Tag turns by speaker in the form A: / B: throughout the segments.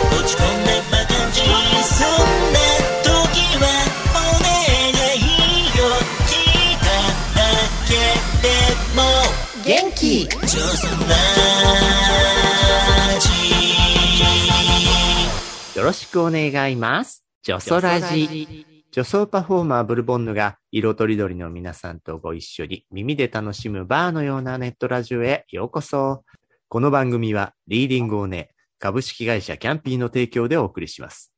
A: 落ち込んだバカンジそんな時はお願いよ聞いただけでも
B: 元気
A: ジョーさんラジ
C: よろしくお願います。ジョソラジ。女装パフォーマーブルボンヌが色とりどりの皆さんとご一緒に耳で楽しむバーのようなネットラジオへようこそ。この番組はリーディングをね、株式会社キャンピーの提供でお送りします。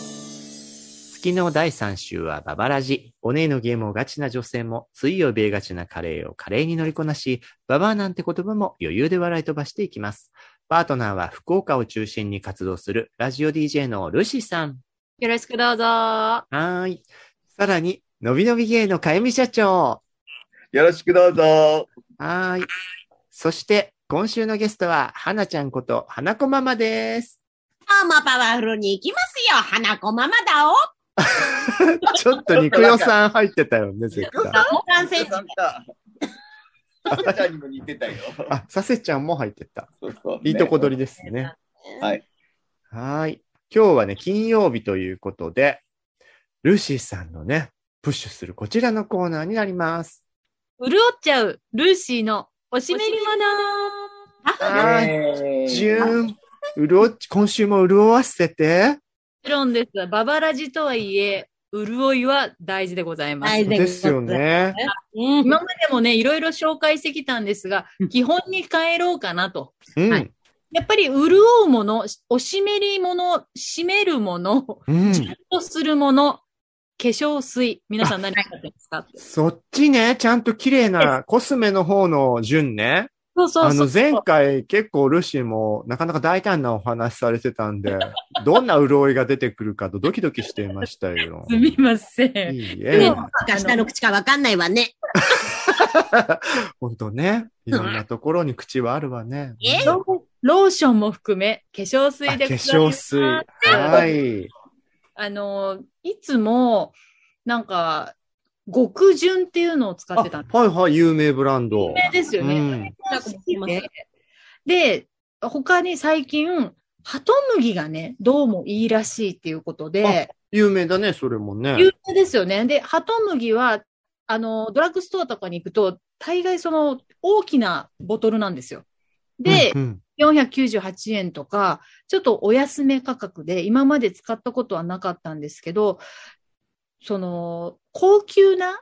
C: 月の第3週はババラジ。お姉のゲームをガチな女性も、つい怯えがちなカレーを華麗に乗りこなし、ババアなんて言葉も余裕で笑い飛ばしていきます。パートナーは福岡を中心に活動するラジオ DJ のルシさん。
D: よろしくどうぞ。は
C: はーい。さらに、のびのび芸のかゆみ社長。
E: よろしくどうぞ。
C: はーい。そして、今週のゲストは、はなちゃんこと、はなこママです。
B: ママパワフルに行きますよ花子ママだお
C: ちょっと肉よさん入ってたよね、絶対。
B: 男性
E: さんか。赤ちゃんにも似てたよ。
C: あ、させちゃんも入ってた。
E: そうそう
C: いいとこ取りですね。
E: はい。
C: はーい。今日はね、金曜日ということで、ルーシーさんのね、プッシュするこちらのコーナーになります。
D: 潤っちゃう、ルーシーのおしめりマナ
C: はーい。
E: ね。
C: ジューン、うるお、今週も潤わせて。
D: もちろんです。ババラジとはいえ、潤いは大事でございます。
B: 大事
C: ですよね。
B: うん
D: 今までもね、いろいろ紹介してきたんですが、基本に変えろうかなと。
C: うん。
D: はいやっぱり潤うもの、おしめりもの、締めるもの、
C: うん。
D: とするもの、化粧水。皆さん何使ってますか
C: そっちね、ちゃんと綺麗なコスメの方の順ね。
D: そうそう
C: あ
D: そ
C: の
D: う。
C: 前回結構ルシーもなかなか大胆なお話されてた んで、どんな潤いが出てくるかとドキドキしていましたよ。
D: すみませ
C: い
D: ん。
C: い
B: 目
C: え
B: の。口か下の口かわかんないわね。
C: 本当ね。いろんなところに口はあるわね。
B: え
C: うん
D: ローションも含め、化粧水
C: あ
D: で
C: 化
D: ござい
C: 粧
D: ます
C: 水。はい。
D: あの、いつも、なんか、極潤っていうのを使
C: あ
D: ってたんです。
C: はいはい、有名ブランド
D: 有。名ですよ
C: う
D: ね。
C: ん。
B: なんか持ってます
D: で、他に最近、ハトムギがね、どうもいいらしいっていうことで、
C: 有名だね、それもね
D: 有。名ですよね。で、ハトムギは、あの、ドラッグストアとかに行くと、大概その、大きなボトルなんですよ。で
C: う、ん
D: 498円とか、ちょっとお安め価格で、今まで使ったことはなかったんですけど、その、高級な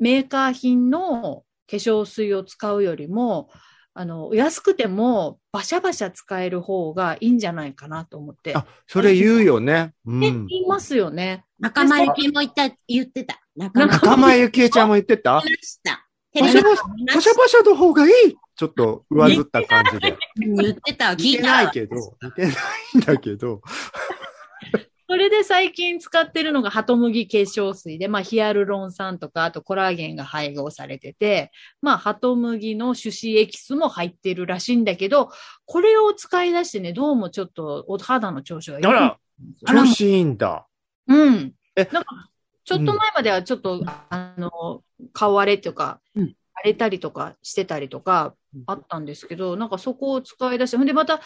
D: メーカー品の化粧水を使うよりも、あの、安くてもバシャバシャ使える方がいいんじゃないかなと思って。
C: うんあ、それ言うよね。う
D: で、
C: ん。
D: 言いますよね。
B: 仲間由紀恵も言った、言ってた。仲間由紀
C: 仲間ゆきえちゃんも言ってた
B: 恵でした。テ
C: バ
B: レ
C: シ
B: ビ
C: ャバシャパシャパシャの方がいいちょっと上ずった感じで。
B: 言ってた、聞
C: 似
B: い
C: て
B: た。
C: ないけど、似てないんだけど。
D: それで最近使ってるのがハトムギ化粧水で、まあヒアルロン酸とか、あとコラーゲンが配合されてて、まあハトムギの種子エキスも入ってるらしいんだけど、これを使い出してね、どうもちょっとお肌の調子が良くな
C: あら調子いいんだ。
D: うん。
C: え
D: なんか、ちょっと前まではちょっと、あの、顔荒れっていうか、
B: うん
D: 荒れたりとかしてたりとかあったんですけど、なんかそこを使い出して、ほんでまた、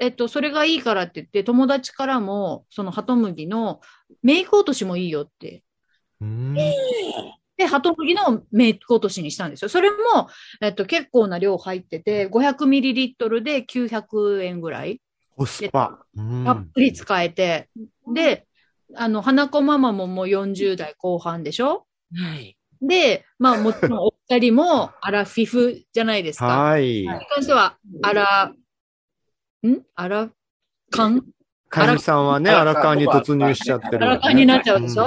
D: えっと、それがいいからって言って、友達からも、そのハトムギのメイク落としもいいよって。
C: うん
D: で、ハトムギのメイク落としにしたんですよ。それも、えっと、結構な量入ってて、500ml で900円ぐらい。
C: コスパ。うん
D: たっぷり使えて、で、あの、花子ママももう40代後半でしょ
B: はい。
D: で、まあもちろんお二人もアラフィフじゃないですか。
C: はい。
D: に関しては、アラ、んアラカン
C: かゆみさんはね、荒
E: 荒川
C: 川に突入しちゃってる
D: ア
C: よね。
D: ラカンになっちゃうでしょ、
E: う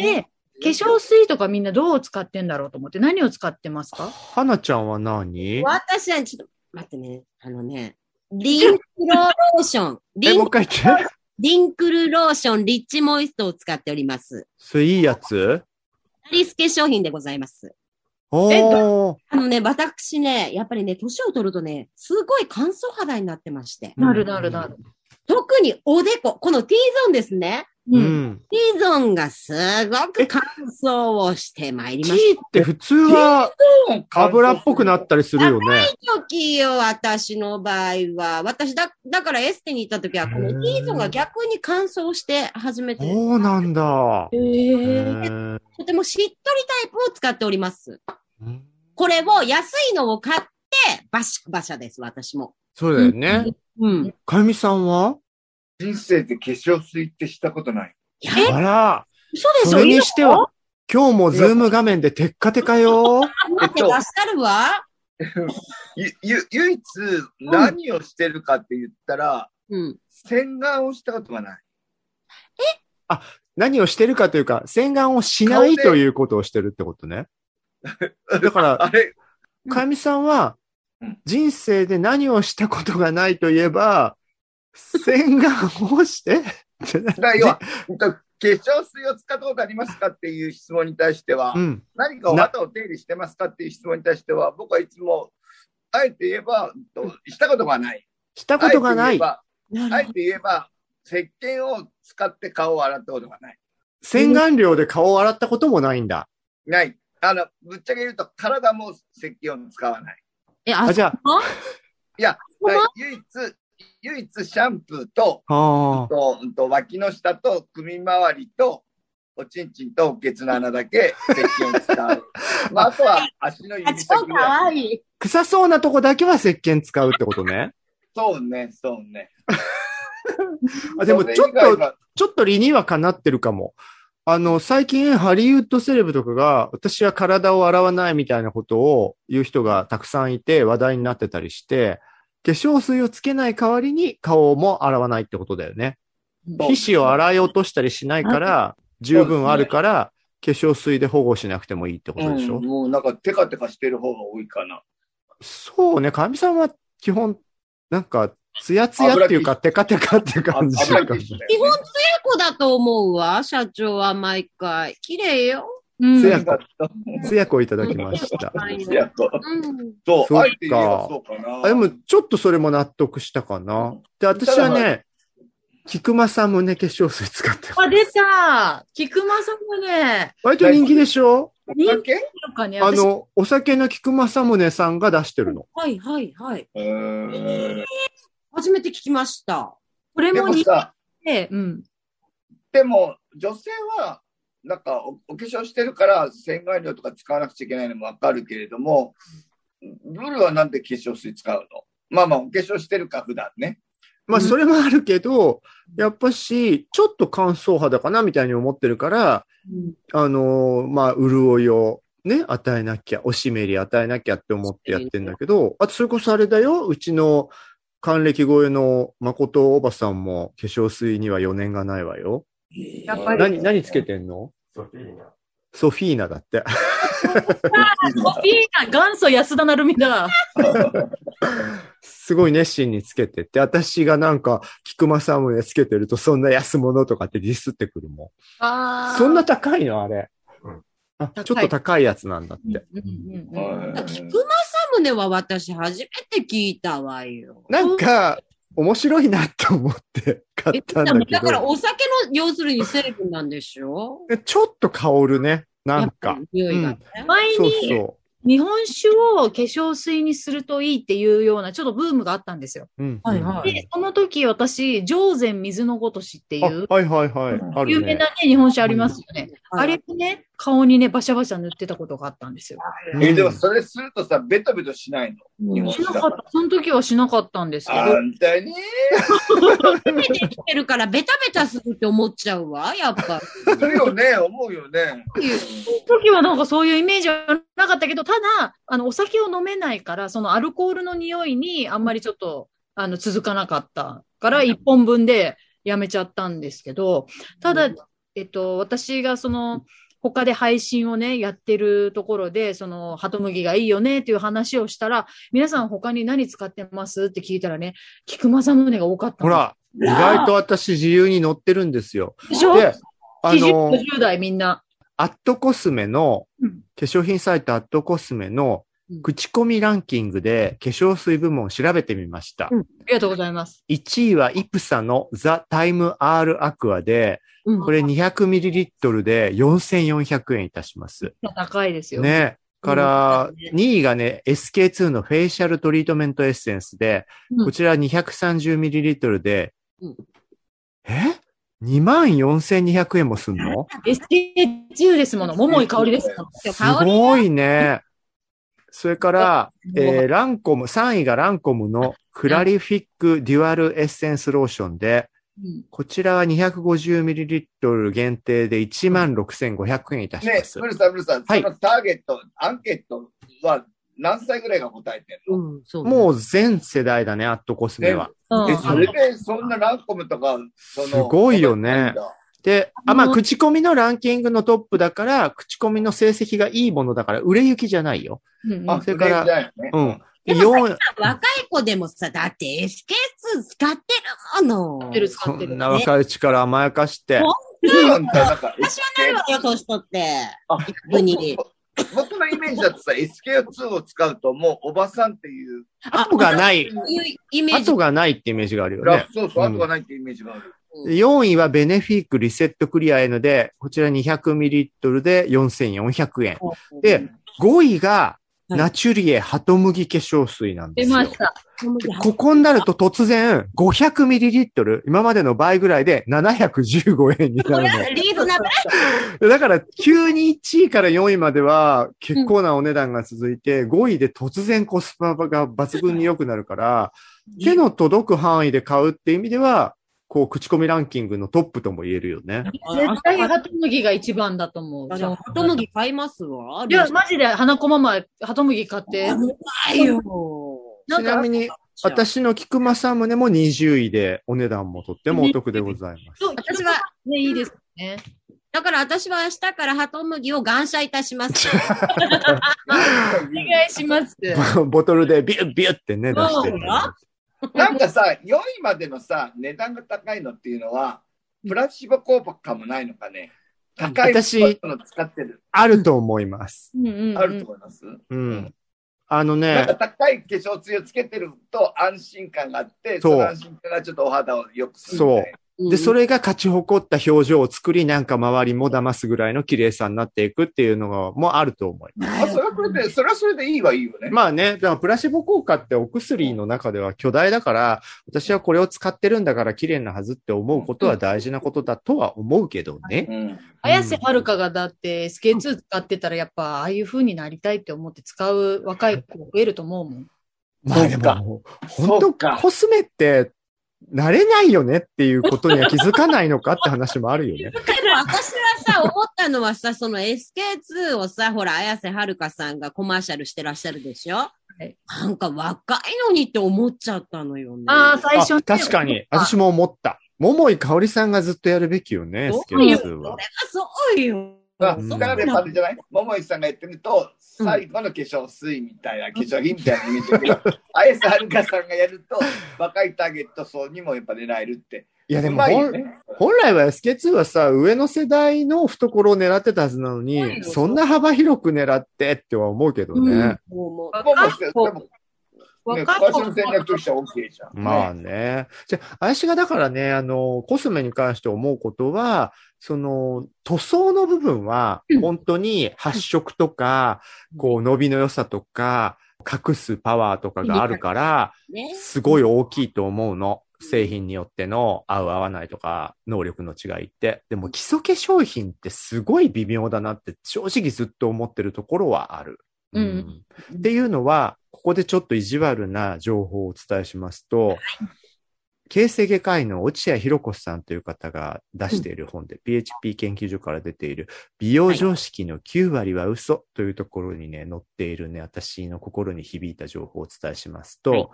E: ん
D: で、化粧水とかみんなどう使ってんだろうと思って、何を使ってますか
C: はなちゃんは何
B: 私は、ちょっと、待ってね。あのね、リンクルローション。
C: え、
B: リ
C: もう
B: ン
C: 一、回言って。
B: リンクルローション、リッチモイストを使っております。
C: それいいやつ
B: アリス化粧品でございます。
D: え
C: おー。
B: あのね、私ね、やっぱりね、年を取るとね、すごい乾燥肌になってまして。
D: なるなるなる。
B: 特におでこ、この T ゾーンですね。
C: う。
D: うん。
C: うんん。
B: T ゾーンがすごく乾燥をしてまいり
C: T
B: ま
C: っ
B: して
C: 普通は油っぽくなったりするよね。
B: た。時よ、私の場合は。私だ、だからエステに行った時は、こ
C: へー
B: の T ゾーンが逆に乾燥して初めて、
C: そうなんだ。
D: ええ。
C: へー
B: とてもしっとりタイプを使っております。
C: うん
B: これを安いのを買って、バシバシャです、私も。
C: そうだよね。
B: うん。
C: かゆみさんは
E: 人生で化粧水ってしたことない。
C: あら、
D: 嘘でし
C: そ
D: ょ
C: れにしては、今日もズーム画面でテッカテカよ。
B: 待ってらっしゃるわ。
E: ゆ、ゆ、唯一何をしてるかって言ったら、
B: うん。
E: 洗顔をしたことがない。
C: 何をしてるかというか、洗顔をしないということをしてるってことね。だから、
E: あれ
C: かゆみさんは
E: うん、
C: 人生で何をしたことがないといえば、洗顔をして、
E: だよ。えっと化粧水を使ったことありますかっていう質問に対しては、
C: うん。
E: 何かお肌を手入れしてますかっていう質問に対しては、僕はいつも、あえて言えば、としたことがない。
C: したことがない。
E: あ
B: な
E: えて言えば、あえて言えば、石鹸を使って顔を洗ったことがない。
C: 洗顔料で顔を洗ったこともないんだ。
E: ない。あの、ぶっちゃけ言うと、体も石鹸を使わない。
B: え、あ
C: あ、、じゃ
E: だから唯一、唯一シャンプーと、
C: あ、ああ。
E: と、うんと脇の下と首周りと、おちんちんとおけつの穴だけ石鹸を使 う。まあ、あとは足の指先ぐらい。
B: いい。
C: 臭そうなとこだけは石鹸使うってことね。
E: そうね、そうね。
C: あでもちょっ
E: それ以外
C: と、
E: は
C: ちょっと理にはかなってるかも。あの、最近ハリウッドセレブとかが、私は体を洗わないみたいなことを言う人がたくさんいて話題になってたりして、化粧水をつけない代わりに顔も洗わないってことだよね。皮脂を洗い落としたりしないから、十分あるから、化粧水で保護しなくてもいいってことでしょ、
E: うんもうなんかテカテカしてる方が多いかな。
C: そうね、かみさんは基本、なんか、ツヤツヤっていうか、テカテカって感じ
E: あ
C: か
E: 油
C: も
E: 切っ
C: ね。
E: て
B: 基本親子だと思うわ、社長は毎回。綺麗よ。
D: うん
C: せや
E: だった
C: ツヤ子いただきました。
E: いやと
B: うん。
C: そ
E: そう、
C: っか
E: あえて言えばそうかな。
C: あでも、ちょっとそれも納得したかな。で、私は
E: ただ
C: ね、菊間さん胸化粧水使って
D: あ、
C: る。
D: 出た菊間さんもね、
C: 割と人気でしょ
E: だっけ
D: とかね、
C: あ
D: 私、
C: の、お酒の菊間さん胸さんが出してるの。
B: はいはいはい。
E: うーん
B: 初めて聞きました。
D: これ
E: で
D: も
E: も
D: 似
E: さ、
D: て、うん。
E: でも女性は、なんかおお化粧してるから洗顔料とか使わなくちゃいけないのもわかるけれども、ブルはなんで化粧水使うのまあまあ、お化粧してるか、普段ね。
C: まあ、
D: うん
C: それもあるけど、やっぱし、ちょっと乾燥肌かなみたいに思ってるから、あのーまあ、潤いをね、与えなきゃ、おしめり与えなきゃって思ってやってんだけど、あと、それこそあれだよ、うちの還暦越えの誠おばさんも化粧水には余念がないわよ。
D: やっぱり。
C: 何、何つけてんのソフィーナだって。
D: コピーが元祖安田成美だ。
C: すごい熱心につけてって、私がなんか、菊間さんもね、つけてると、そんな安物とかってディスってくるも
D: あ
C: ん。
D: ー
C: そんな、高いのあれ。
E: うん
C: あ
D: 高い
C: ちょっと高いやつなんだっ
D: うん
C: て。
D: うんうんうん
E: はい
B: 菊間サムネは私初めて聞いたわよ。
C: なんか、面白いなと思って買
B: え
C: ったん
B: で
C: だ
B: も
C: け
B: だから
C: ど、
B: お酒の要するに成分なんでしょ
C: ちょっと香るね、なん
B: やっ
C: か
B: ぱ。り匂いがね。
D: 前
C: そう
D: に
C: そ
D: 日本酒を化粧水にするといいっていうような、ちょっとブームがあったんですよ。
C: う。うん
B: はいはい
D: で、その時私、上善水のごとしってい
C: あ
D: う、
C: はいはいはい。あ
D: 有
C: る
D: 名
C: ね
D: な。ね、日本酒ありますよね。
B: はい
D: あれをね、顔にね、バシャバシャ塗ってたことがあったんですよ。
C: うん
E: え、でもそれするとさ、ベトベトしないの日本
D: しな
E: 酒だ
D: か
E: か
D: っ
E: ら。
D: た。その時はしなかったんですけ
E: あ
D: ど、
E: んたね。
B: 初めて来てるからベタベタするって思っちゃうわ、やっぱ。
E: するよね、思うよね。
D: その時はなんかそういうイメージはなかったけど、ただ、あの、お酒を飲めないから、そのアルコールの匂いにあんまりちょっと、あの、続かなかったから、一本分でやめちゃったんですけど、ただ、えっと、私がその、他で配信をね、やってるところで、その、ハトムギがいいよねっていう話をしたら、皆さん他に何使ってますって聞いたらね、菊間さん胸が多かった
C: ほ
D: の。
C: ら、意外と私自由に乗ってるんですよ。
D: でしょ
C: で、あの、
D: ?40 代みんな。
C: アットコスメの、
D: うん
C: 化粧品サイトアットコスメの
B: うん
C: 口コミランキングで化粧水部門を調べてみました。
B: うん
D: りがとうございます。
C: 1位はイプサのザ・タイム・アール・アクアで、
B: うん
C: これ 200ml で4400円いたします。
D: 高いですよ。
C: ね。から
B: うん、
C: 2位がね、SK2 のフェイシャルトリートメントエッセンスで、
D: うん
C: こちら 230ml で
B: うん、
C: え ?24,200 円もすんの
D: SK2 ですもの。桃井香りですもの。
C: すごいね。それから、えーランコム、3位がランコムのクラリフィックデュアルエッセンスローションで、
D: うん
C: こちらは 250ml 限定で16,500円いたしま
E: ね
C: す。
E: ブルさん、ブルさん、
C: はい
E: そのターゲット、アンケートは何歳ぐらいが答えてるの、
B: うん、そうね。
C: もう全世代だね、アットコスメは。
D: うん
E: えそれでそんなランコムとか、その
C: すごいよねで、あ、まあ、口コミのランキングのトップだから、口コミの成績がいいものだから、売れ行きじゃないよ。
D: うん
E: あ、
C: そ
E: そ
C: れ
E: れ
C: か
E: からら。ね
C: うん。で、
B: でも
C: 4
B: 若い子でもさ、だって SK2 使ってるもの。
D: 使ってる使
C: そ
D: ってる
C: ん。な若いうちから甘やかして。
E: そうなんだ、なんか、
B: 私はなるわよ、年取って。
E: あ
B: 逆に。
E: 僕僕のイメージだとさ、SK2 を使うと、もうおばさんっていう、
C: 後がない。
B: そういうイメージ
C: 後。がないってイメージがあるよ
E: ラ
C: ね
E: フ。そうそう、後がないっていうイメージがある。
B: うん
C: 4位はベネフィークリセットクリア N で、こちら 200ml で4400円。で、5位が
B: はい
C: ナチュリエハトムギ化粧水なんで
D: 出
C: すよ
D: ま。した。
C: でここになると突然 500ml、今までの倍ぐらいで715円にな
B: これ
C: る
B: はリーズナブル
C: の。だから急に1位から4位までは結構なお値段が続いて、5位で突然コスパが抜群に良くなるから、手の届く範囲で買うって意味では、こう、口コミランキングのトップとも言えるよね。
D: 絶対ハトムギが一番だと思う。
B: あれ
D: そ
B: ハ
D: う
B: トムギ買いますわ。
D: いや、マジで花子ママ、ハトムギ買って。
B: うまいよ。
D: な
C: ち
D: ん
C: な
D: か
C: み、に、私の菊間さん胸も20位で、お値段もとってもお得でございます。
D: そう
B: 私は、
D: ね、いいですね。
B: だから私は明日からハトムギを感謝いたします。
D: お願いします。
C: ボトルでビュッビュッってね、出してる。
E: なんかさ、4位までのさ、値段が高いのっていうのは、プラシボ効果かもないのかね。高いの
C: 私
E: 使ってる、
C: あると思います。
D: うんうんうん
E: あると思います。
C: うん。あの
E: なんか
C: ね、
E: 高い化粧水をつけてると安心感があって、
C: そう
E: その安心感がちょっとお肌を良くするみたいな。
C: で、そ
B: れ、
C: れが勝ち誇った表情を作り、なんか周りも騙すぐらいの綺麗さになっていくっていうのが、もうあると思います。
E: あ、それはこれで、それはそれでいいはいいよね。
C: まあね、だからプラシボ効果ってお薬の中では巨大だから、私はこれを使ってるんだから綺麗なはずって思うことは大事なことだとは思うけどね。
E: うん。
D: 綾瀬はるかがだって SK2 使ってたらやっぱああいう風になりたいって思って使う若い子増えると思うもん。
C: まあで
E: そうか
C: も、
E: そ
C: 本
E: う
C: 当
E: か
C: コスメって、慣れないよねっていうことには気づかないのかって話もあるよ ね。
B: でも私はさ、思ったのはさ、その SK2 をさ、ほら、綾瀬はるかさんがコマーシャルしてらっしゃるでしょ、
D: い
B: なんか若いのにって思っちゃったのよね。
D: ああ、最初
C: あ確かに、私も思った。桃井かおりさんがずっとやるべきよね、スケ
D: そうよ
C: ーは。
B: そうよ。
E: まあ、
C: うん
E: だからやっぱあれじゃない桃井さんが言ってると、最後の化粧水みたいな、化粧品みたいなイメージだ けど、綾瀬はるかさんがやると、若いターゲット層にもやっぱ狙えるって。
C: いやで
E: う
C: も
E: まいよ
C: 本、
E: ね。
C: 本来は SK2 はさ、上の世代の懐を狙ってたはずなの
D: そうよ
C: に、そんな幅広く狙ってっては思うけどね。
B: もうもう
E: もうもうして、でも、ね、
D: 若い
E: 会
D: 子
E: 社の 戦略としては OK じゃん。
C: ま
E: あ。
C: あね。じゃあ、私がだからね、あの、コスメに関して思うことは、その、塗装の部分は、本当に発色とか、こう、伸びの良さとか、隠すパワーとかがあるから、
B: ね。
C: すごい大きいと思うの。製品によっての合う合わないとか、能力の違いって。でも基礎化粧品ってすごい微妙だなって正直ずっと思ってるところはある。
D: うん
C: っていうのは、ここでちょっと意地悪な情報をお伝えしますと、形成外科医の落合博子さんという方が出している本で、PHP 研究所から出ている美容常識の9割は嘘というところにね、載っているね、私の心に響いた情報をお伝えしますと、
B: はい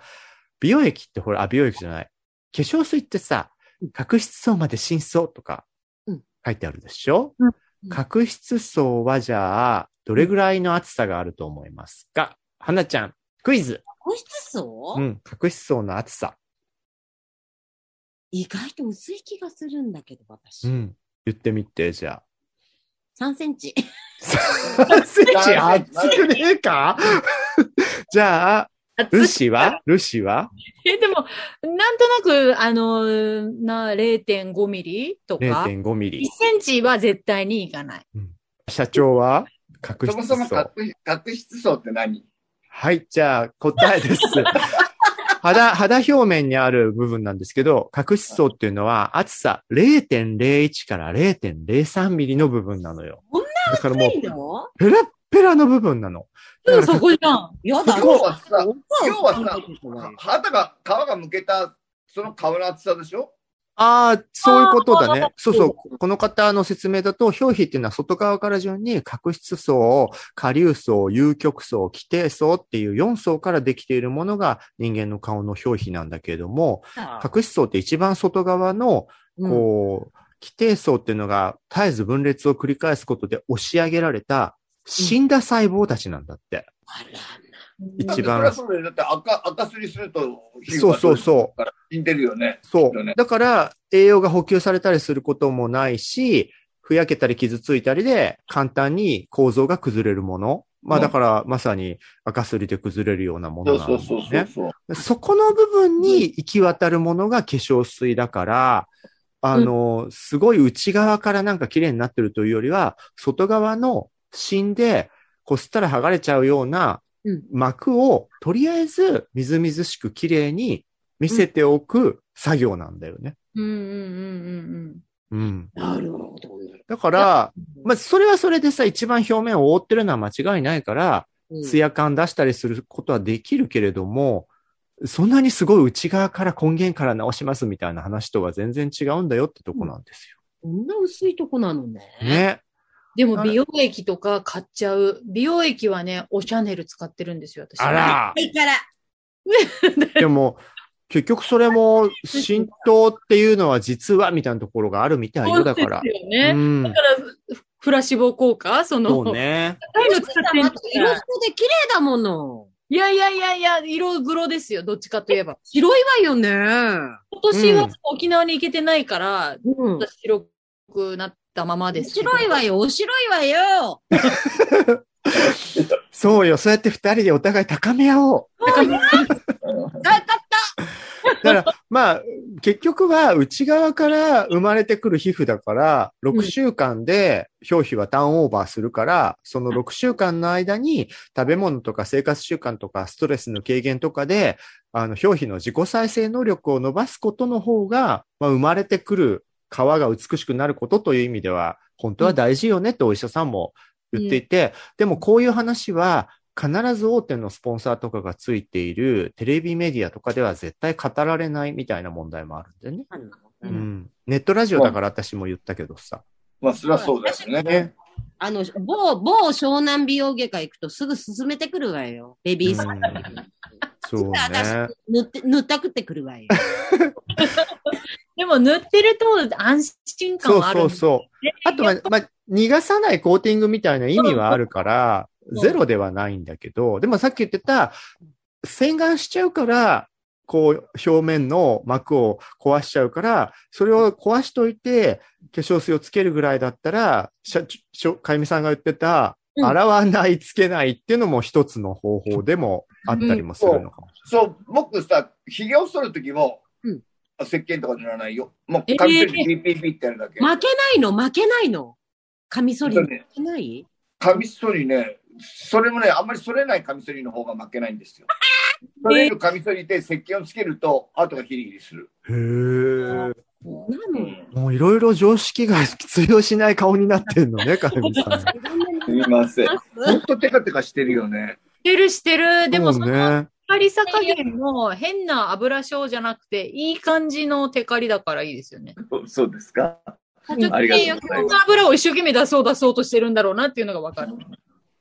C: 美容液ってほら、あ、美容液じゃない。化粧水ってさ、角質層まで深層とか
B: うん
C: 書いてあるでしょ、
D: うんうん
C: 角質層はじゃあ、どれぐらいの厚さがあると思いますか花ちゃん、クイズ。
B: 保湿層、
C: うん、角質層の厚さ。
B: 意外と薄い気がするんだけど、私。
C: うん。言ってみて、じゃあ。
B: 3センチ。
C: 3センチ厚くねえか じゃあ、ルシはルシは
D: え、でも、なんとなく、あのー、な、0.5ミリとか、1
C: ?0.5 ミリ。
D: センチは絶対にいかない。
C: 社長は角
E: そも
C: 質
E: そも
C: 層。
E: 角角質層って何
C: はい、じゃあ 答えです。肌、肌表面にある部分なんですけど、角質層っていうのは厚さ0.01から0.03ミリの部分なのよ。
B: こん
C: だからも、
B: いう の
C: ペラッペラの部分なの。
D: うん、そこじゃん。
B: やだ。
E: 今日はさ
B: お
E: 今日はさ
B: 母
E: は肌が皮がむけたその皮の厚さでしょ
C: ああ、そういうことだね。そう
D: そ
C: そうう。この方の説明だと、表皮っていうのは外側から順に角質層、下流層、有極層、基底層っていう4層からできているものが人間の顔の表皮なんだけれども、角質層って一番外側の、
B: うん
C: こう、基底層っていうのが絶えず分裂を繰り返すことで押し上げられた死んだ細胞たちなんだって。
B: あら
C: 一
E: だって
C: 番。
E: それはそうだよだって赤赤すりすると皮膚
C: そう
E: が
C: そうそう。
E: う死んでるよね
C: そ
E: よね
C: う。だから、栄養が補給されたりすることもないし、ふやけたり傷ついたりで、簡単に構造が崩れるもの。まあ
E: うん
C: だから、まさに赤すりで崩れるようなも
E: そ
C: の
E: う
C: なん
E: そう
C: です
E: そうそう
C: ね。
E: そう
C: そこの部分に行き渡るものが化粧水だから、あの、すごい内側からなんか綺麗になってるというよりは、外側の芯で、こすったら剥がれちゃうような
B: うん
C: 膜を、とりあえずみずみずしく綺麗に見せておく作業なんだよね。
D: うんうんうんうん
C: うん。
B: なるほど。
C: だから、まあ、それはそれでさ、一番表面を覆ってるのは間違いないから、
B: うん
C: ツヤ感出したりすることはできるけれども、そんなにすごい内側から根源から直しますみたいな話とは全然違うんだよってとこなんです
B: こんな薄いとこなのね。
C: よ。ね。
D: でも美容液とか買っちゃう。美容液はね、おシャネル使ってるんですよ、私。
C: あら。
B: いいから。
C: でも、結局それ も浸透っていうのは実はみたいなところがあるみたい
D: そ
C: よ
D: うで
C: だ
D: す
C: から
D: よ。ね。
C: うん。
D: フラシボ効果そ
C: そ
D: の、
C: うね。
D: 高いの使ってん
B: 色
D: の
B: 素で綺麗だもの。
D: いやいやいやいや、色黒ですよ、どっちかといえば。
B: 白いわよね。
D: 今年
C: う
D: は
C: ん
D: 沖縄に行けてないから、
B: うん。
D: 白くなったままですけど。
B: 白いわよ、お白いわよ。
C: そうよ。そうやって二人でお互い高め合おう。
B: あた
C: だから、まあ、結局は内側から生まれてくる皮膚だから、6週間で表皮はターンオーバーするから、その6週間の間に食べ物とか生活習慣とかストレスの軽減とかで、あの、表皮の自己再生能力を伸ばすことの方が、まあ、生まれてくる皮が美しくなることという意味では、本当は大事よねってお医者さんも言っていて、でもこういう話は、必ず大手のスポンサーとかがついているテレビメディアとかでは絶対語られないみたいな問題もあるんだよね。
B: う
C: うんん。ネットラジオだから私も言ったけどさ。
E: まあそれはそうですね
C: ね。
B: あの、某、某湘南美容外科行くとすぐ進めてくるわよ。ベビーさん。
C: うんそうね
B: 私。、塗って、塗ったくってくるわ よ。
D: でも塗ってると安心感
C: そう
D: はあるん
C: そう
D: ですよ
C: そう。
D: ね。
C: あとは、まあ、逃がさないコーティングみたいな意味はあるから、ゼロではないんだけど、でもさっき言ってた、洗顔しちゃうから、こう、表面の膜を壊しちゃうから、それを壊しといて、化粧水をつけるぐらいだったら、しゃ、しょ、かゆみさんが言ってた、
D: うん
C: 洗わない、つけないっていうのも一つの方法でもあったりもするのかも。
E: そう僕さひげを剃る時も、
B: うん
E: 石鹸とか塗らないよも
D: え
E: う
D: ー
E: 完全にピーピーピーってやるだけ、
B: 負けないの、負けないの。カミソリ負
E: そうね
B: けない
E: カミソリね、それもね、あんまりそれないカミソリの方が負けないんですよ。それるカミソリで石鹸をつけると、後がヒリヒリする。
C: へえ。
B: な
E: う
B: の
E: ん
C: もういろいろ常識が通用しない顔になってん のね、かゆみさん。
E: すみません。ほんとテカテカしてるよね。
D: してるしてる。でもそ
C: そう
D: の
C: ね。
D: 光さ加減も変な油性じゃなくて、いい感じのテカリだからいいですよね。
E: そうそうですか。
D: ちょっと
E: ありがとうござい
D: ね余分
E: ます
D: な油を一生懸命出そう出そうとしてるんだろうなっていうのがわかる。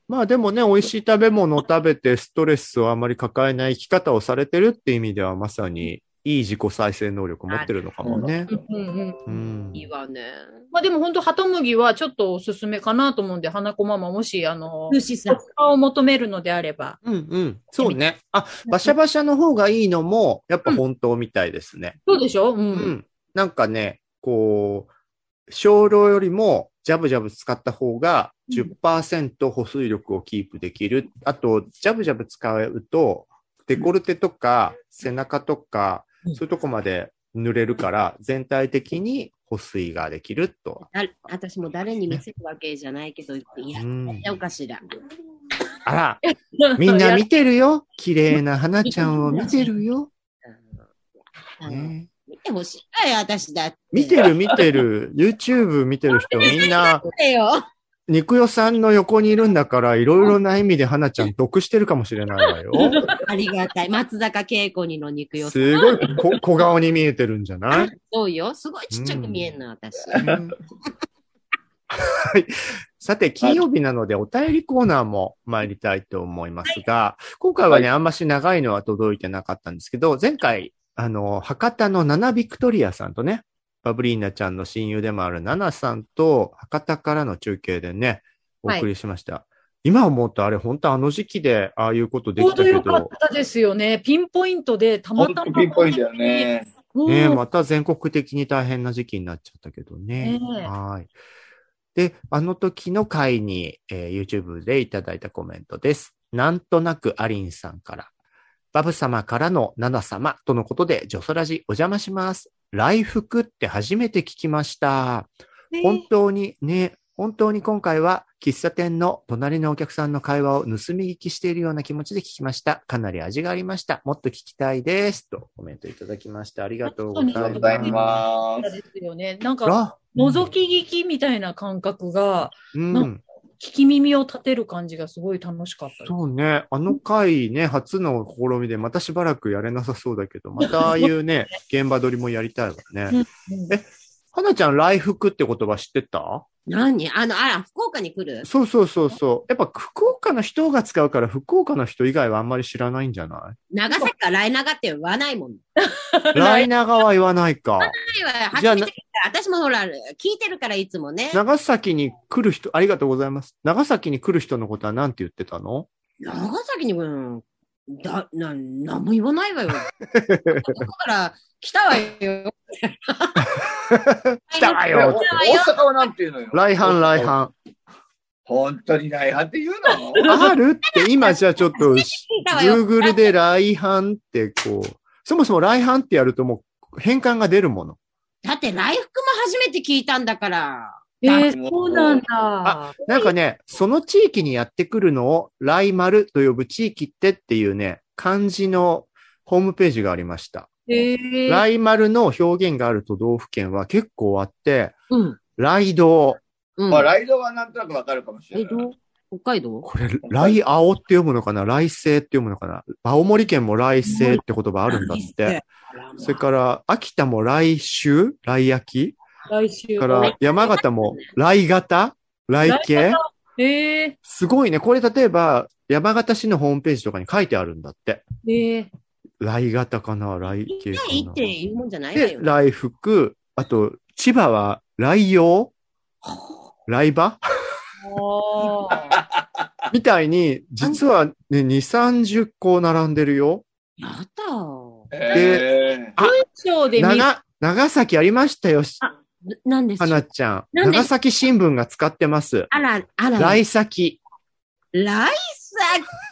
C: まあでもね、美味しい食べ物を食べてストレスをあまり抱えない生き方をされてるって意味ではまさにいい自己再生能力を持ってるのかもね。
D: うんうん。
C: うん。
B: いいわね。
D: まあでも本当、ハトムギはちょっとおすすめかなと思うんで、花子ママ、もし、あの、
B: ルシさん。
D: 化を求めるのであれば。
C: うんうん。そうね。あ、バシャバシャの方がいいのもやっぱ本当みたいですね。
D: そうでしょう。
C: うんん。なんかね、こう、少量よりもジャブジャブ使った方が10%保水力をキープできる。あと、ジャブジャブ使うと、デコルテとか背中とか、
B: うん
C: そういうとこまで濡れるから、全体的に保水ができると。
B: だ私も誰に見せるわけじゃないけど、や
C: う
B: っ
C: ん
B: ちゃおうかしら。
C: あら、みんな見てるよ。綺麗な花ちゃんを見てるよ。
B: あの
C: ね
B: 見てほしいわよ、私だって。
C: 見てる見てる。YouTube 見てる人みんな、
B: てよ。
C: 肉代さんの横にいるんだから、いろいろな意味で花ちゃん得してるかもしれないわ よ。
B: ありがたい。松坂慶子にの肉よ。
C: すごいこ小顔に見えてるんじゃない
B: そうよ。すごいちっちゃく見えんの、私。
C: はい。さて、金曜日なのでお便りコーナーも参りたいと思いますが、今回はね、あんまし長いのは届いてなかったんですけど、前回、あの、博多のナビクトリアさんとね、バブリーナちゃんの親友でもあるナナさんと博多からの中継でね、お送りしました。今思うとあれ、本当あの時期でああいうことで
D: ちょ
C: き
D: うど
C: たけ
D: よかっ
C: ど、
D: たですよね。ピンポイントで、たま
E: 本
D: た
E: 当
D: ま。
E: ピンポイントだよね。
D: うん。
C: ねまた全国的に大変な時期になっちゃったけどね。
D: ねえ
C: はい。で、あの時の回に、えー YouTube でいただいたコメントです。なんとなくアリンさんから。バブ様からのナナ様とのことで、ジョソラジお邪魔します。来福って初めて聞きました。本当にね、本当に今回は喫茶店の隣のお客さんの会話を盗み聞きしているような気持ちで聞きました。かなり味がありました。もっと聞きたいです。とコメントいただきました。ありがとうござい
E: ありがとうござい
C: ます。
E: ます。
D: ですよね。なんか、
C: あ
D: 覗き聞きみたいな感覚が、
C: うん。
D: 聞き耳を立てる感じがすごい楽しかったです。
C: そうね。あの回ね、初の試みで、またしばらくやれなさそうだけど、またああいうね、現場撮りもやりたいわね。
D: うん
C: え花ちゃん、来福って言葉知ってた
B: 何あの、あら、福岡に来る
C: そうそうそうそう。やっぱ福岡の人が使うから、福岡の人以外はあんまり知らないんじゃない
B: 長崎から来長って言わないもん。
C: ライナガは言わないか。
B: ないわよ
C: じゃ
B: 初
C: あ
B: めて聞いたから私もほら、聞いてるからいつもね。
C: 長崎に来る人、ありがとうございます。長崎に来る人のことは何て言ってたの
B: 長崎に、うん、だ、な、なんも言わないわよ。 どこから来たわよ。
C: 来たわ
E: いやお
C: よ
E: 大阪はなんていうのよ。
C: 来阪来。阪。
E: 本当に来阪って言うの
C: あるって今じゃあちょっ と、Google で来阪ってこう、そもそも来阪ってやるともう変換が出るもの。
B: だって、来福も初めて聞いたんだから。
D: えー、そうなんだ。
C: なんかね、その地域にやってくるのを来丸と呼ぶ地域ってっていうね、漢字のホームページがありました。
D: えー、
C: 来丸の表現がある都道府県は結構あって、
B: うん。
C: 来道。
B: うん。
E: まあ、ライドはなんとなくわかるかもしれ
B: え、
E: ない。
B: どう北海道
C: これ、来青って読むのかな来生って読むのかな青森県も来生って言葉ある んだって。。それから、秋田も来週来秋
D: 来週。
C: か、ら、山形も来型来系
D: えー、
C: すごいね。これ例えば、山形市のホームページとかに書いてあるんだって。
D: えー、
C: 来型かな来
B: 行
C: 系
B: き
C: か
B: たい
C: な
B: って言うもんじゃないわ
C: で、
B: よ。
C: 来福。あと、千葉は来陽 来場
D: あー
C: みたいに、実はね、2、30個並んでるよ。
B: やだ。
E: えー
D: ショーで見る
C: 長、長崎ありましたよ、
B: ななんです
C: はなちゃん。
B: なんで
C: 長崎新聞が使ってます。
B: あら、あら。
C: 来先。
B: 来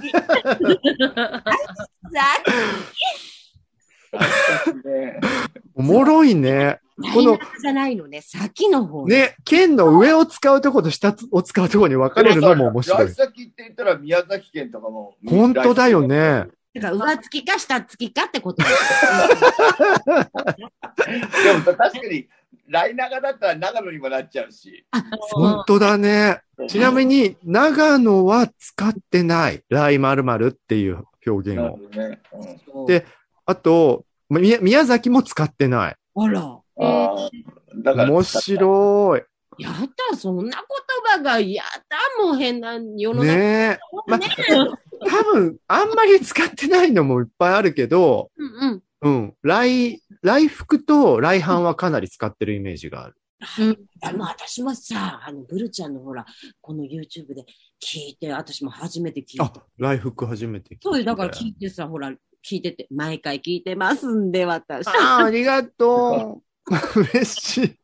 B: 先。来
E: ね
C: おもろいね。
B: 先。
C: この
B: 来中じゃないのね。先の方。。
C: ね、県の上を使うとこと下を使うとこに分かれるのも面白い
E: 来。先って言ったら宮崎県とかも。
C: 本当だよ。ね。
B: だから上付きか下付きかってこと。
E: でも確かに、来長だったら長野にもなっちゃうし。
C: 本当だね。ちなみに、長野は使ってない。来〇〇っていう表現
E: なる
C: を
E: ほ。どね。うん
C: であと、み宮崎も使ってない。
B: あら。
E: あーだから、
C: 面白い。
B: やだ、そんな言葉が、やだ、もう変な世の中。ね
C: ねえ。まあ多分、あんまり使ってないのもいっぱいあるけど、
B: うんうん。
C: うん。来、来福と来阪はかなり使ってるイメージがある。
B: でも私もさ、あの、ブルちゃんのほら、この YouTube で聞いて、私も初めて聞い
C: あ
B: た。、
C: 来福初めて聞いた
B: そうよ、だから聞いてさ、ほら、聞いてて、毎回聞いてますんで、私。
C: ああ、ありがとう。嬉しい。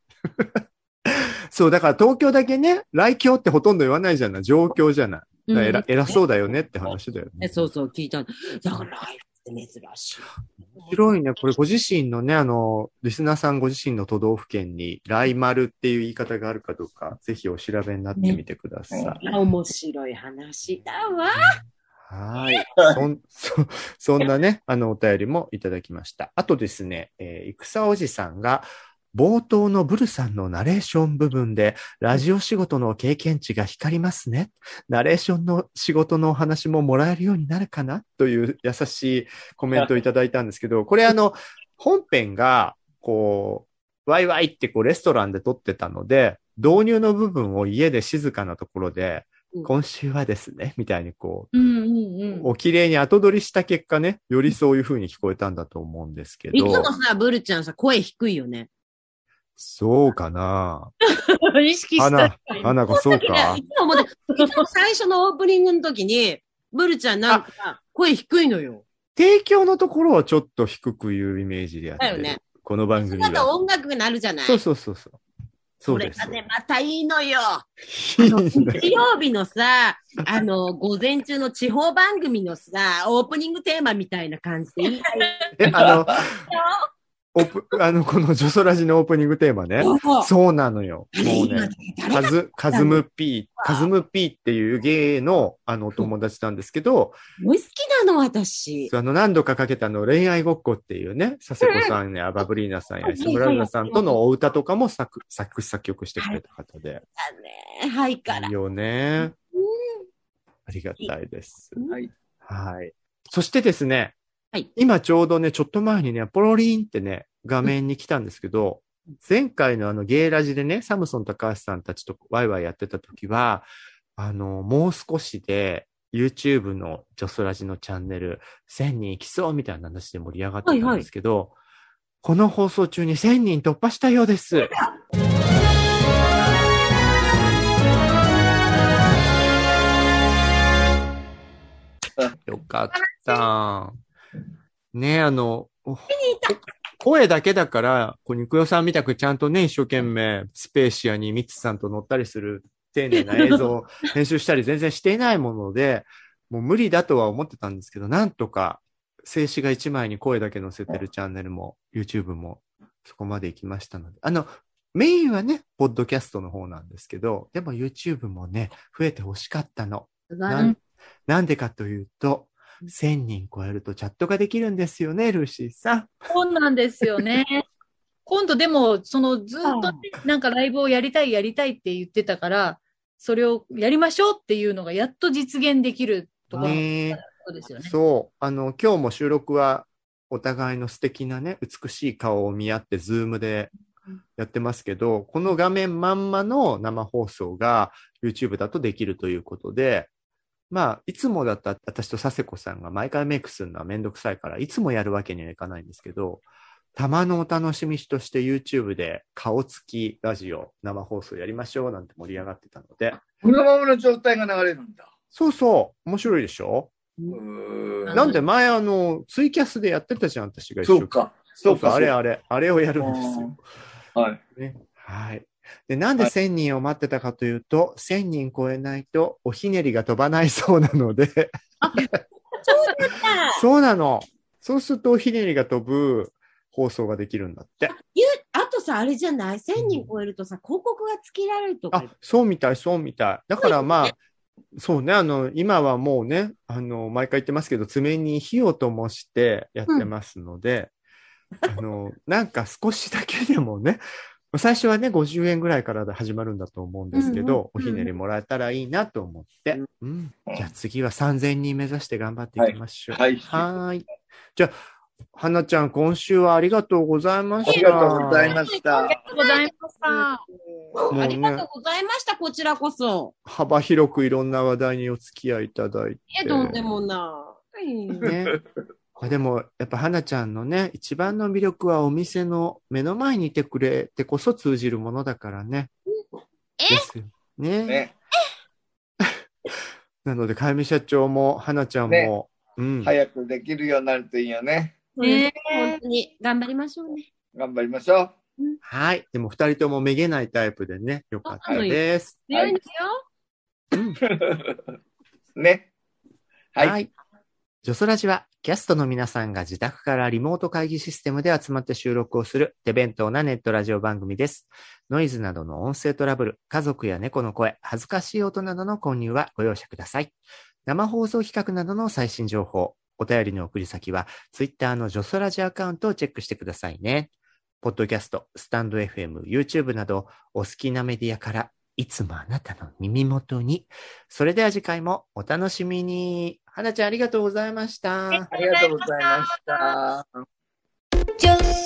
C: そう、だから東京だけね、来京ってほとんど言わないじゃない。上京じゃない。だから偉
B: う
C: 偉そうだよねって話だよ
B: んえ
C: ね。
B: そうそう、聞いたの。だから、ライブって珍しい。
C: 面白いね。これご自身のね、あの、リスナーさんご自身の都道府県に、来丸っていう言い方があるかどうか、ぜひお調べになってみてください。
E: ね
B: 面白い話だわ。
C: はい。そん、 そ、そんなね、あの、お便りもいただきました。あとですね、えー、戦おじさんが、冒頭のブルさんのナレーション部分で、ラジオ仕事の経験値が光りますね。ナレーションの仕事のお話ももらえるようになるかなという優しいコメントをいただいたんですけど、 これあの、本編が、こう、ワイワイってこうレストランで撮ってたので、導入の部分を家で静かなところで
B: うん、
C: 今週はですね、みたいにこう、
D: うんうんうん。
C: お綺麗に後取りした結果ね、よりそういう風に聞こえたんだと思うんですけ
B: いつも
C: ど。
B: さ、ブルちゃんさ、声低いよ ね。
C: そうかな
D: 意識した
C: 花、花子そう
B: いや、
C: か
B: い。つも思って、いつも最初のオープニングの時に、ブルちゃんなんか、声低いのよ。
C: 提供のところをちょっと低く言うイメージでやって
B: だよ
C: る。
B: ね
C: この番
B: そ
C: 組
B: の後
C: は。
B: 音楽になるじゃない。
C: そうそうそうそう。そう
B: これ
C: です
B: が。ね、またいいのよ。
C: いいね
B: 水曜日のさ、あの、午前中の地方番組のさ、オープニングテーマみたいな感じでいいのよ。
C: え、あの、オープあの、このジョソラジのオープニングテーマね。そうなのよ。もうね、カズ、カズムピー、カズムピーっていう芸の、あの、お友達なんですけど、
B: もう好きなの、私。
C: あの、何度かかけたあの、恋愛ごっこっていうね、佐世子さんやバブリーナさんや磯村ルナさんとのお歌とかも作、作詞作曲してくれた方で。
B: ね、はいから
C: いい。よね。ありがたいです。
E: はい。
C: はい。そしてですね、
B: はい
C: 今ちょうどね、ちょっと前にね、ポロリンってね、画面に来たんですけど、前回のあのゲイラジでね、サムソン高橋さんたちとワイワイやってた時は、あの、もう少しで、YouTube のジョソラジのチャンネル、1000人いきそうみたいな話で盛り上がってたんですけど、この放送中に1000人突破したようです。よかった。ねえ、あの、こ声だけだから、こう、肉代さんみたくちゃんとね、一生懸命、スペーシアにミッツさんと乗ったりする丁寧な映像を編集したり全然していないもので、もう無理だとは思ってたんですけど、なんとか、静止画一枚に声だけ載せてるチャンネルも、YouTube も、そこまで行きましたので、あの、メインはね、ポッドキャストの方なんですけど、でも YouTube もね、増えて欲しかったの。なんなんでかというと、1000人超えるとチャットができるんですよね、ルーシーさん。
D: そうなんですよね。今度でも、そのずっとね、なんかライブをやりたいやりたいって言ってたから、それをやりましょうっていうのがやっと実現できるところ
C: ねえ
D: そうですよね。
C: そう。あの、今日も収録は、お互いの素敵なね、美しい顔を見合って、ズームでやってますけど、この画面まんまの生放送が YouTube だとできるということで、まあ、いつもだったら私と佐世子さんが毎回メイクするのはめんどくさいから、いつもやるわけにはいかないんですけど、たまのお楽しみとして YouTube で顔つきラジオ生放送やりましょうなんて盛り上がってたので、
E: このままの状態が流れるんだ。
C: そうそう、面白いでしょ
E: うーん
C: なんで前あの、ツイキャスでやってたじゃん、私が一生
E: そ
C: 懸
E: う
C: 命
E: か。
C: そ
E: そうう
C: か、
E: か。
C: あれあれ、あれをやるんですよ。
E: はい。
C: ね、はい。で、なんで1000人を待ってたかというと、1000人超えないとおひねりが飛ばないそうなので、そうなの。そうするとおひねりが飛ぶ放送ができるんだって。
B: ゆあとさ、あれじゃない ?1000 人超えるとさ、広告がつけられるとか
C: あ。、そうみたい、そうみたい。だからまあ、そうね、あの、今はもうね、あの、毎回言ってますけど、爪に火を灯してやってますので、あの、なんか少しだけでもね、最初はね、50円ぐらいからで始まるんだと思うんですけど、
D: うんうん
C: おひねりもらえたらいいなと思って、うん。じゃあ次は3000人目指して頑張っていきましょう。
E: はい
C: はーい。じゃあ、花ちゃん、今週はありがとうございました。
E: ありがとうございました。
D: ありがとうございました。
C: もうね
B: ありがとうございました、こちらこそ。
C: 幅広くいろんな話題にお付き合いいただいて。
B: え、とんでもない。
C: ね。ま あでも、やっぱ花ちゃんのね、一番の魅力はお店の目の前にいてくれてこそ通じるものだからね。
B: え
C: ですよね
E: ね。
C: なので、かゆみ社長も花ちゃんも、う
E: ね
C: ん、
E: 早くできるようになるといいよね。
D: ね
B: 本当に頑張りましょうね。
E: 頑張りましょう。
C: はい。でも二人ともめげないタイプでね、よかったです。
B: 強いんです
E: ね。はい。
C: はい。ジョソラジは、キャストの皆さんが自宅からリモート会議システムで集まって収録をする手弁当なネットラジオ番組です。ノイズなどの音声トラブル、家族や猫の声、恥ずかしい音などの購入はご容赦ください。生放送企画などの最新情報、お便りの送り先は、ツイッターのジョソラジアカウントをチェックしてくださいね。ポッドキャスト、スタンド FM、YouTube など、お好きなメディアから、いつもあなたの耳元にそれでは次回もお楽しみに。花ちゃんありがとうございました。
E: ありがとうございました。
A: 女性